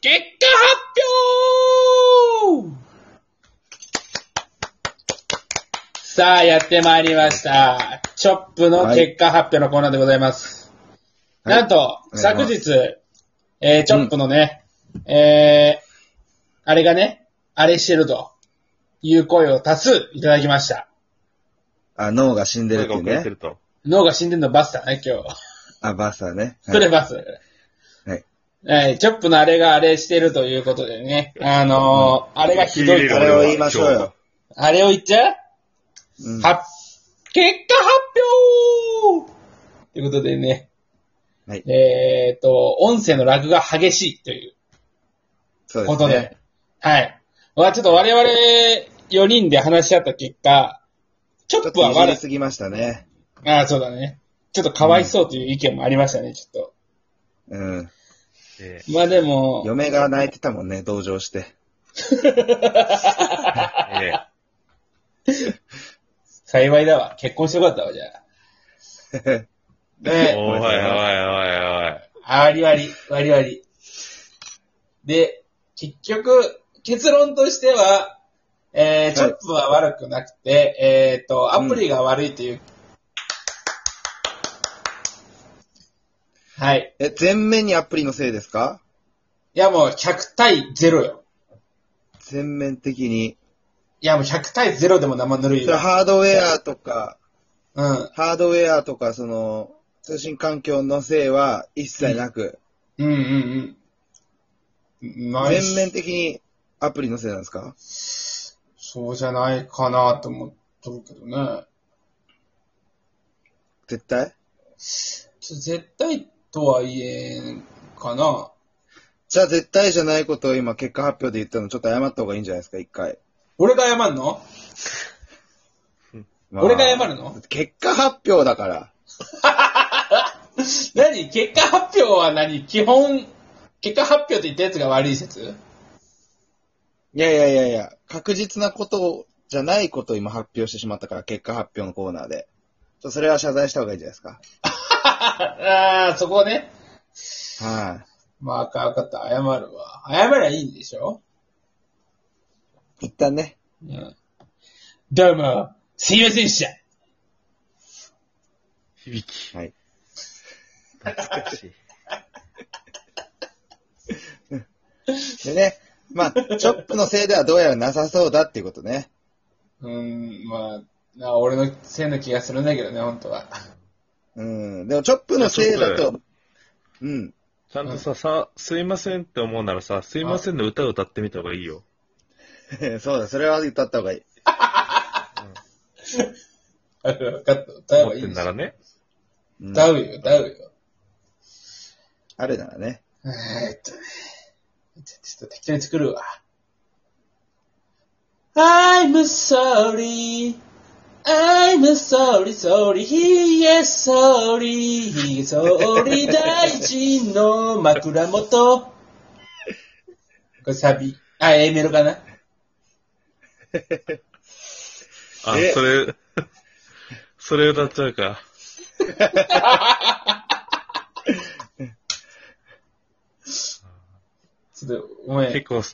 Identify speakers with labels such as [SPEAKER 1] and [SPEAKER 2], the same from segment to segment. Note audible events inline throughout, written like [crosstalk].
[SPEAKER 1] 結果発表さあ、やってまいりました。チョップの結果発表のコーナーでございます。
[SPEAKER 2] はい
[SPEAKER 1] なんと、
[SPEAKER 2] お願いし
[SPEAKER 1] 昨
[SPEAKER 2] ます
[SPEAKER 1] 日、えー、チョップのね、えー、あれがね、あれしてると、いう声を多数いただきました。
[SPEAKER 2] あ、脳が死んでるっ
[SPEAKER 3] 声
[SPEAKER 2] て
[SPEAKER 3] が
[SPEAKER 2] いう
[SPEAKER 3] 遅れて
[SPEAKER 2] ね。
[SPEAKER 3] ると。
[SPEAKER 1] 脳が死んでんのバスターね、今日。
[SPEAKER 2] あ、バスターね。はい
[SPEAKER 1] それバス。
[SPEAKER 2] はい。
[SPEAKER 1] はい、チョップのあれがあれしてるということでね、あのー、あれがひどいと
[SPEAKER 2] あれを言いましょうよ。
[SPEAKER 1] あれを言っちゃう
[SPEAKER 2] うん
[SPEAKER 1] は、結果発表ということでね。
[SPEAKER 2] はい
[SPEAKER 1] えっ、と、音声のラグが激しいとい
[SPEAKER 2] そう
[SPEAKER 1] う
[SPEAKER 2] で
[SPEAKER 1] こ
[SPEAKER 2] す
[SPEAKER 1] とで。
[SPEAKER 2] ね。
[SPEAKER 1] はい。まあちょっと我々4人で話し合った結果、チョ
[SPEAKER 2] ちょ
[SPEAKER 1] ッ
[SPEAKER 2] っ
[SPEAKER 1] プ
[SPEAKER 2] と
[SPEAKER 1] は
[SPEAKER 2] いじり
[SPEAKER 1] 悪
[SPEAKER 2] すぎましたね。
[SPEAKER 1] ああ、そうだね。ちょっとかわいそうという意見もありましたね、ちょっ
[SPEAKER 2] うん。
[SPEAKER 3] え
[SPEAKER 1] と。まあでも、
[SPEAKER 2] 嫁が泣いてたもんね、同情して。
[SPEAKER 3] ーえ
[SPEAKER 1] 幸いだわ。結婚してよかったわ、じゃあ。
[SPEAKER 3] ー
[SPEAKER 2] [laughs]
[SPEAKER 1] で、
[SPEAKER 3] おいおいおいおいおい。
[SPEAKER 1] 割り割り、割り割り。で、結局、結論としては、えー、チョップは悪くなくて、えっ、と、アプリが悪いという。はい。
[SPEAKER 2] え、全面にアプリのせいですか
[SPEAKER 1] いやもう100対0よ。
[SPEAKER 2] 全面的に。
[SPEAKER 1] いやもう100対0でも生ぬるい
[SPEAKER 2] それ
[SPEAKER 1] よ。
[SPEAKER 2] ハードウェアとか、
[SPEAKER 1] うん。
[SPEAKER 2] ハードウェアとか、その、通信環境のせいは一切なく、
[SPEAKER 1] うんうんうん。ない
[SPEAKER 2] 全面的にアプリのせいなんですか
[SPEAKER 1] そうじゃないかなと思っとるけどね。
[SPEAKER 2] 絶対
[SPEAKER 1] ちょ絶対とは言えんかな。
[SPEAKER 2] じゃあ絶対じゃないことを今結果発表で言ったのちょっと謝った方がいいんじゃないですか、一回。
[SPEAKER 1] 俺が謝んの
[SPEAKER 2] まあ
[SPEAKER 1] 俺が謝るの
[SPEAKER 2] 結果発表だから。
[SPEAKER 1] 何結果発表は何基本、結果発表って言ったやつが悪い説
[SPEAKER 2] いやいやいやいや、確実なことじゃないことを今発表してしまったから、結果発表のコーナーで。ちょそれは謝罪した方がいいんじゃないですか。
[SPEAKER 1] ああ、そこね。
[SPEAKER 2] は
[SPEAKER 1] まあ、か、わかった。謝るわ。謝りゃいいんでしょ
[SPEAKER 2] い。一旦ね。
[SPEAKER 1] うん。どうも、すいませんでした。
[SPEAKER 3] 響き。
[SPEAKER 2] はい。
[SPEAKER 3] 懐かしい。
[SPEAKER 2] でね、まあ、チョップのせいではどうやらなさそうだっていうことね。
[SPEAKER 1] うん、まあ、な俺のせいな気がするんだけどね、本当は。 [laughs]
[SPEAKER 2] うん。でも、チョップのせいだと、うん。
[SPEAKER 3] ちゃんとさ、さ、すいませんって思うならさ、すいませんの歌を歌ってみた方がいいよ。
[SPEAKER 2] [laughs] そうだ、それは歌った方がいい。
[SPEAKER 1] わかった。歌え
[SPEAKER 3] 思
[SPEAKER 1] ば
[SPEAKER 3] っ
[SPEAKER 1] いい
[SPEAKER 3] て
[SPEAKER 1] で
[SPEAKER 3] ん
[SPEAKER 1] し
[SPEAKER 3] な
[SPEAKER 1] ょ
[SPEAKER 3] らね。
[SPEAKER 2] うん
[SPEAKER 1] 歌うよ、歌うよ。
[SPEAKER 2] あるならね。
[SPEAKER 1] えーっとね。ちょっと適当に作るわ。I'm sorry. I'm sorry, sorry, he is sorry, he is sorry, 大臣の枕元。これサビ。あ、A メロかな
[SPEAKER 3] あ
[SPEAKER 2] え、
[SPEAKER 3] それ、 [laughs] それ歌っちゃうか。
[SPEAKER 1] ちょっと、ごめん。
[SPEAKER 3] 結構、
[SPEAKER 1] うん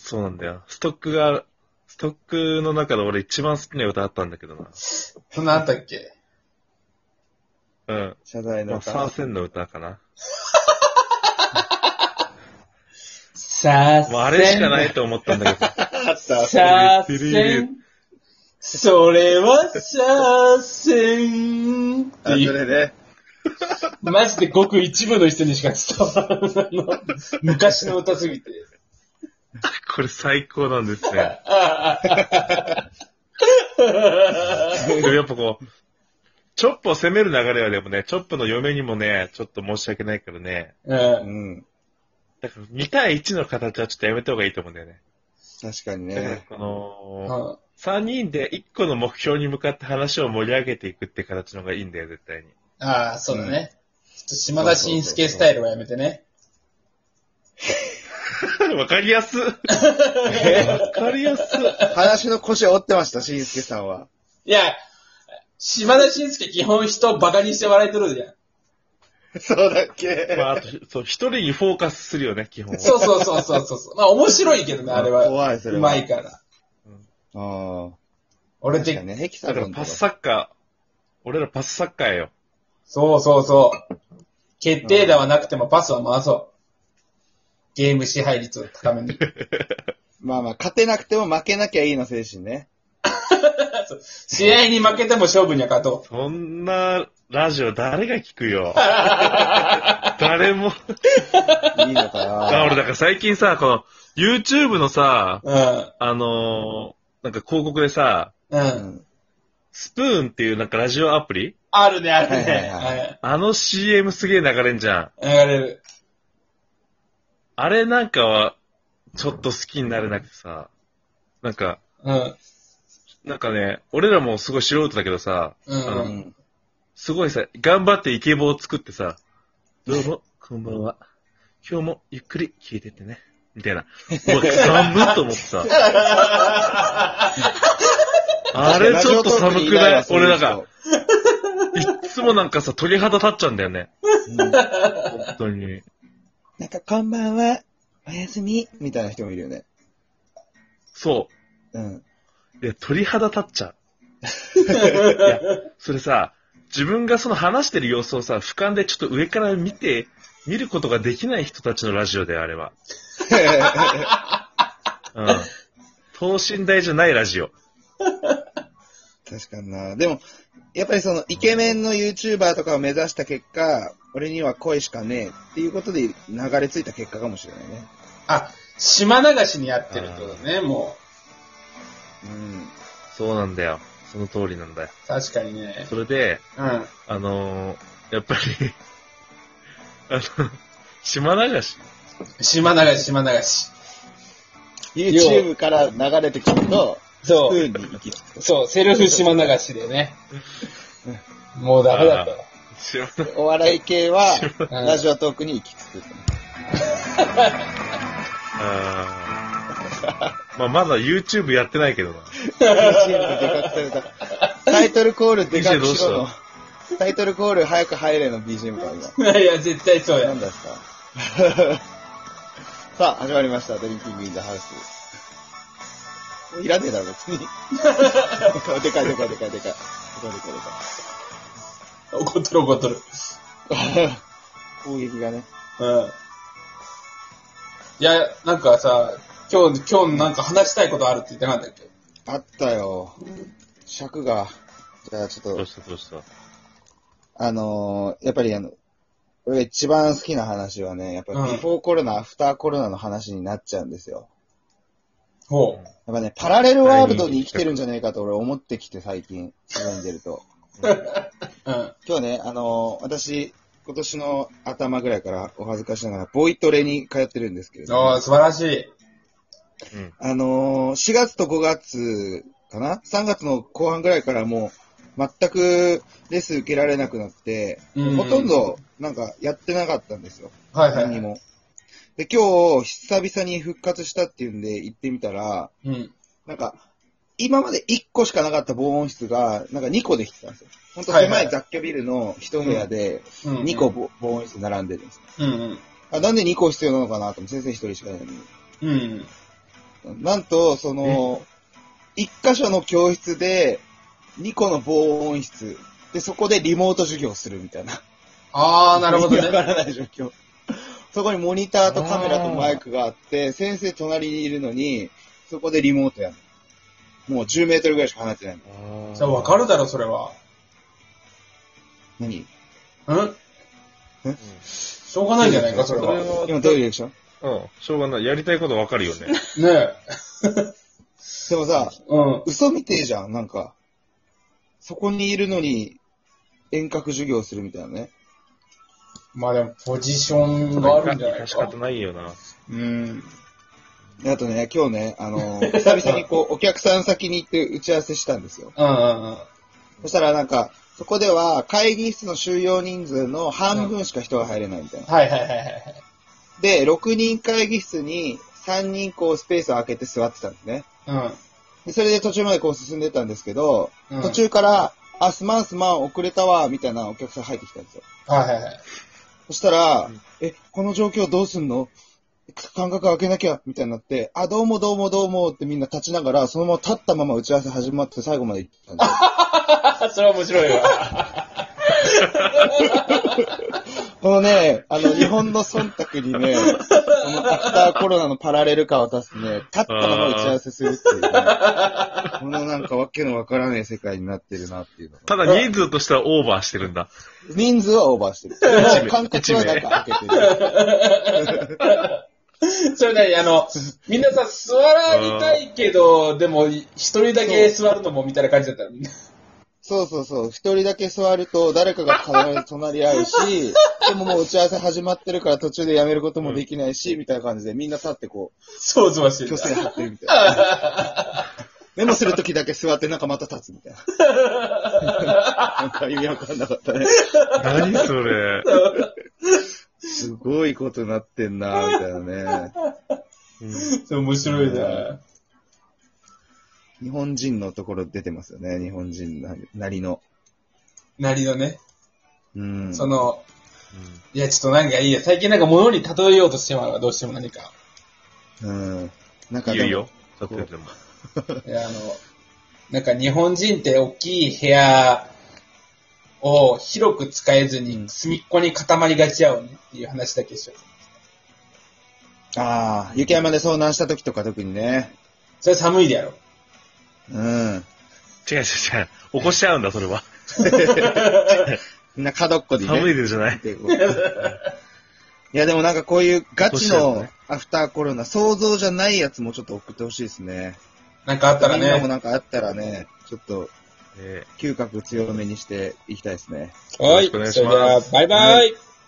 [SPEAKER 3] そうなんだよ。ストックが、ストックの中で俺一番好きな歌あったんだけどな。
[SPEAKER 1] そんなあったっけ
[SPEAKER 3] うん。
[SPEAKER 2] 謝罪
[SPEAKER 3] ま
[SPEAKER 2] の
[SPEAKER 3] あ、サー
[SPEAKER 2] 歌。
[SPEAKER 3] センの歌かな。
[SPEAKER 1] さ
[SPEAKER 3] もうあれしかないと思ったんだけど。
[SPEAKER 2] あった
[SPEAKER 1] 左遷。それは左遷。って
[SPEAKER 2] あ、そ
[SPEAKER 1] いう。
[SPEAKER 2] れね。
[SPEAKER 1] マジでごく一部の人にしか伝わらないの。昔の歌すぎて。
[SPEAKER 3] [laughs] これ最高なんですね。でもやっぱこう、チョップを攻める流れはでもね、チョップの嫁にもね、ちょっと申し訳ないけどね、
[SPEAKER 1] う
[SPEAKER 2] うんん。
[SPEAKER 3] だから2対1の形はちょっとやめた方がいいと思うんだよね。
[SPEAKER 2] 確かに
[SPEAKER 3] だから
[SPEAKER 2] ね。
[SPEAKER 3] この、
[SPEAKER 1] うん
[SPEAKER 3] 3人で1個の目標に向かって話を盛り上げていくって形の方がいいんだよ、絶対に。 [laughs]
[SPEAKER 1] ああ、そうだね。ちょっと島田紳介スタイルはやめてね。
[SPEAKER 3] わかりやすわかりやす
[SPEAKER 2] 話の腰を折ってました、しんすけさんは。
[SPEAKER 1] いや、島田紳介基本人をバカにして笑いとるじゃん。
[SPEAKER 2] [laughs] そうだっけ
[SPEAKER 3] [laughs] まあ、あと、そう、一人にフォーカスするよね、基本は。
[SPEAKER 1] そうそうそうそうそうそう。まあ面白いけどね、あれは。
[SPEAKER 2] 怖い、それ
[SPEAKER 1] う
[SPEAKER 2] は。
[SPEAKER 1] まいから。
[SPEAKER 2] ああ。
[SPEAKER 1] 俺
[SPEAKER 2] 確か
[SPEAKER 1] 的
[SPEAKER 2] にね、ヘキサ
[SPEAKER 3] だか
[SPEAKER 2] ゴ
[SPEAKER 3] ら
[SPEAKER 2] ンと
[SPEAKER 3] パ
[SPEAKER 2] か。
[SPEAKER 3] スサッカー、俺らパスサッカーよ。
[SPEAKER 1] そうそうそう。決定打はなくてもパスは回そう。ゲーム支配率を高
[SPEAKER 2] [laughs]
[SPEAKER 1] めに。
[SPEAKER 2] まあまあ、勝てなくても負けなきゃいいの精神 [laughs] ね。
[SPEAKER 1] 試合に負けても勝負には勝と
[SPEAKER 3] そんなラジオ誰が聞く [laughs] よ。誰も。
[SPEAKER 2] いいのか
[SPEAKER 3] あ
[SPEAKER 2] な。
[SPEAKER 3] 俺、だから最近さ、この、YouTube のさ、
[SPEAKER 1] う。うん。
[SPEAKER 3] あのーなんか広告でさ、
[SPEAKER 1] う。
[SPEAKER 2] うんん。
[SPEAKER 3] スプーンっていうなんかラジオアプリ
[SPEAKER 1] あるね、あるね。
[SPEAKER 2] はいはい
[SPEAKER 1] はい
[SPEAKER 3] あの CM すげえ流れんじゃん。
[SPEAKER 1] 流れる。
[SPEAKER 3] あれなんかは、ちょっと好きになれなくてさ、なんか、
[SPEAKER 1] うん。
[SPEAKER 3] なんかね、俺らもすごい素人だけどさ、
[SPEAKER 1] うん
[SPEAKER 3] あ
[SPEAKER 2] う
[SPEAKER 3] の
[SPEAKER 2] ん。
[SPEAKER 3] すごいさ、頑張ってイケボを作ってさ、どうも、こんばんは。今日もゆっくり聞いてってね。み [laughs] たいな。うわ、寒っと思って [laughs] さ。あれちょっと寒くない俺なんか、いっつもなんかさ、鳥肌立っちゃうんだよね。
[SPEAKER 2] うん
[SPEAKER 3] 本当に。
[SPEAKER 2] なんか、こんばんは、おやすみ、みたいな人もいるよね。
[SPEAKER 3] そ
[SPEAKER 2] [laughs] うん。
[SPEAKER 3] う。いや、鳥肌立っちゃう。いや、それさ、自分がその話してる様子をさ、俯瞰でちょっと上から見て、見ることができない人たちのラジオで、あれは。 [laughs] うん。等身大じゃないラジオ。
[SPEAKER 2] 確かにな。でも、やっぱりその、イケメンの YouTuber とかを目指した結果、俺には恋しかねえっていうことで流れ着いた結果かもしれないね。
[SPEAKER 1] あ、島流しにやってるってことね、も
[SPEAKER 2] うん。
[SPEAKER 3] そうなんだよ。その通りなんだよ。
[SPEAKER 1] う。確かにね。
[SPEAKER 3] それで、
[SPEAKER 1] うん。
[SPEAKER 3] あのー、やっぱり、あの、島流し。
[SPEAKER 1] 島流し、島流し。
[SPEAKER 2] YouTube から流れてくると、
[SPEAKER 1] そ
[SPEAKER 2] スプ
[SPEAKER 1] う。
[SPEAKER 2] ーンに行き着く。
[SPEAKER 1] そう、セルフ島流しでね。もうダメだったよ。
[SPEAKER 3] 島流
[SPEAKER 2] お笑い系は、
[SPEAKER 1] うん
[SPEAKER 2] ラジオトークに行き着く。
[SPEAKER 3] あーまあ、まだ YouTube やってないけどな。
[SPEAKER 2] BGM でかくされた。タイトルコールでかくし
[SPEAKER 3] BGM ど
[SPEAKER 2] ろ
[SPEAKER 3] う
[SPEAKER 2] の。タイトルコール早く入れの BGM から今。
[SPEAKER 1] いや、絶対そうや
[SPEAKER 2] 何。ですか [laughs] さあ、始まりました。ドリンキングインザハウス。もういらねえだろ、別に。で [laughs] かいでかいでかいでかいでかい。でかいでか
[SPEAKER 1] 怒っとる怒っとる。
[SPEAKER 2] いでかい。攻撃がね。
[SPEAKER 1] うん。いや、なんかさ、今日、今日なんか話したいことあるって言ってなかったっけ
[SPEAKER 2] あったよ。尺が。じゃあちょっ
[SPEAKER 3] どう
[SPEAKER 2] と、
[SPEAKER 3] したどうした
[SPEAKER 2] あのー、やっぱりあの、俺が一番好きな話はね、やっぱりビフォーコロナ、アフターコロナの話になっちゃうんですよ。
[SPEAKER 1] ほ
[SPEAKER 2] やっぱね、パラレルワールドに生きてるんじゃねえかと俺思ってきて最近、読んでると。
[SPEAKER 1] う。うん。
[SPEAKER 2] 今日ね、あのー私、今年の頭ぐらいからお恥ずかしながら、ボイトレに通ってるんですけれども、
[SPEAKER 1] おー、素晴らしい。
[SPEAKER 3] うん。
[SPEAKER 2] あのー4月と5月かな ?3 月の後半ぐらいからもう、全くレッスン受けられなくなって、
[SPEAKER 1] うん
[SPEAKER 2] ほとんどなんかやってなかったんですよ。
[SPEAKER 1] はいはい。
[SPEAKER 2] 何にも。で、今日、久々に復活したっていうんで行ってみたら、
[SPEAKER 1] うん。
[SPEAKER 2] なんか、今まで1個しかなかった防音室が、なんか2個できてたんですよ。ほんと狭い雑居ビルの一部屋で、
[SPEAKER 1] うん。
[SPEAKER 2] 2個。防防音室並んでるんです。
[SPEAKER 1] うんうん。
[SPEAKER 2] あなんで2個必要なのかなと思って、先生1人しかいないの
[SPEAKER 1] うん。
[SPEAKER 2] に。なんと、その、1箇所の教室で、2個の防音室、で、そこでリモート授業するみたいな。
[SPEAKER 1] あー、なるほど
[SPEAKER 2] わか
[SPEAKER 1] ね。
[SPEAKER 2] ら [laughs] ない状況。そこにモニターとカメラとマイクがあって、先生隣にいるのに、そこでリモートやる。もう10メートルぐらいしか離れてないの。
[SPEAKER 1] じゃあわかるだろ、それは。
[SPEAKER 2] 何
[SPEAKER 1] んしょうがないんじゃないか、それは。
[SPEAKER 2] 今どういうリアクション
[SPEAKER 3] うん。しょうがない。やりたいことわかるよね。
[SPEAKER 1] ねえ。
[SPEAKER 2] でもさ、
[SPEAKER 1] うん。
[SPEAKER 2] 嘘みてえじゃん、なんか。そこにいるのに、遠隔授業するみたいなね。
[SPEAKER 1] まあでも、ポジションがあるんじゃない
[SPEAKER 3] 仕方
[SPEAKER 1] か。
[SPEAKER 3] ないよな。
[SPEAKER 2] うん。であとね、今日ね、あの
[SPEAKER 1] [laughs]
[SPEAKER 2] ー久々にこう、お客さん先に行って打ち合わせしたんですよ。
[SPEAKER 1] うんうんうん。
[SPEAKER 2] そしたらなんか、そこでは会議室の収容人数の半分しか人が入れないみたいな。
[SPEAKER 1] はいはいはいはい。
[SPEAKER 2] で、6人会議室に3人こうスペースを空けて座ってたんですね。
[SPEAKER 1] うん。
[SPEAKER 2] でそれで途中までこう進んでたんですけど、
[SPEAKER 1] うん
[SPEAKER 2] 途中から、あ、すまんすまん遅れたわ、みたいなお客さん入ってきたんですよ。
[SPEAKER 1] はいはいはい。
[SPEAKER 2] そしたら、
[SPEAKER 3] うん
[SPEAKER 2] え、この状況どうすんの間隔開けなきゃみたいになって、あ、どうもどうもどうもってみんな立ちながら、そのまま立ったまま打ち合わせ始まって最後まで行ったんですよ
[SPEAKER 1] あそれは面白いわ。
[SPEAKER 2] このね、あの、日本の忖度にね、このアフターコロナのパラレル感を出すね、立ったまま打ち合わせするっていうね、このなんかわけのわからない世界になってるなっていうのが。
[SPEAKER 3] ただ人数としてはオーバーしてるんだ。
[SPEAKER 2] 人数はオーバーしてる。
[SPEAKER 3] 名
[SPEAKER 2] 感覚はなんか開けてる。
[SPEAKER 1] [laughs] それなりにあ [laughs] の、みんなさ、座りたいけど、でも、一人だけ座るのもみたいな感じだった。
[SPEAKER 2] そうそうそう。一人だけ座ると誰かが必ず隣り合うし、でももう打ち合わせ始まってるから途中でやめることもできないし、みたいな感じでみんな立ってこう、
[SPEAKER 1] そうそうして
[SPEAKER 2] 虚
[SPEAKER 1] る。
[SPEAKER 2] 勢張ってるみたいな。メモするときだけ座ってなんかまた立つみたいな。なんか意味わかんなかったね。
[SPEAKER 3] 何それ。
[SPEAKER 2] すごいことなってんな、みたいなね。
[SPEAKER 3] うん
[SPEAKER 1] それ面白いな。
[SPEAKER 2] 日本人のところ出てますよね、日本人ななりの。
[SPEAKER 1] なりのね、
[SPEAKER 2] うん。
[SPEAKER 1] その、いや、ちょっとなんかいいや、最近なんか物に例えようとしてまうわどうしても何か。
[SPEAKER 2] うん。なん
[SPEAKER 3] う
[SPEAKER 2] か
[SPEAKER 3] ん。いい
[SPEAKER 2] で
[SPEAKER 3] よ
[SPEAKER 2] も
[SPEAKER 3] いいよ。だってでも。
[SPEAKER 1] いや、あの、なんか日本人って大きい部屋を広く使えず
[SPEAKER 2] う
[SPEAKER 1] に
[SPEAKER 2] ん
[SPEAKER 1] 隅っこに固まりがちやわねっていう話だけしよう。
[SPEAKER 2] ああ、雪山で遭難した時とか特にね。
[SPEAKER 1] それ寒いでやろ。
[SPEAKER 2] うん。
[SPEAKER 3] 違う違う違う。起こしちゃうんだ、それは。
[SPEAKER 2] みんな角っこでね。
[SPEAKER 3] 寒いでじゃない
[SPEAKER 2] っ。てこういや、でもなんかこういうガチ
[SPEAKER 3] そうです
[SPEAKER 2] の
[SPEAKER 3] ね
[SPEAKER 2] アフターコロナ、想像じゃないやつもちょっと送ってほしいですね。
[SPEAKER 1] なんかあったら
[SPEAKER 2] みんなも
[SPEAKER 1] ね。
[SPEAKER 2] なんかあったらね、ちょっと
[SPEAKER 3] ええ
[SPEAKER 2] 嗅覚強めにしていきたいですね。
[SPEAKER 3] よろしくお願いします
[SPEAKER 1] それではバイバイ。
[SPEAKER 2] は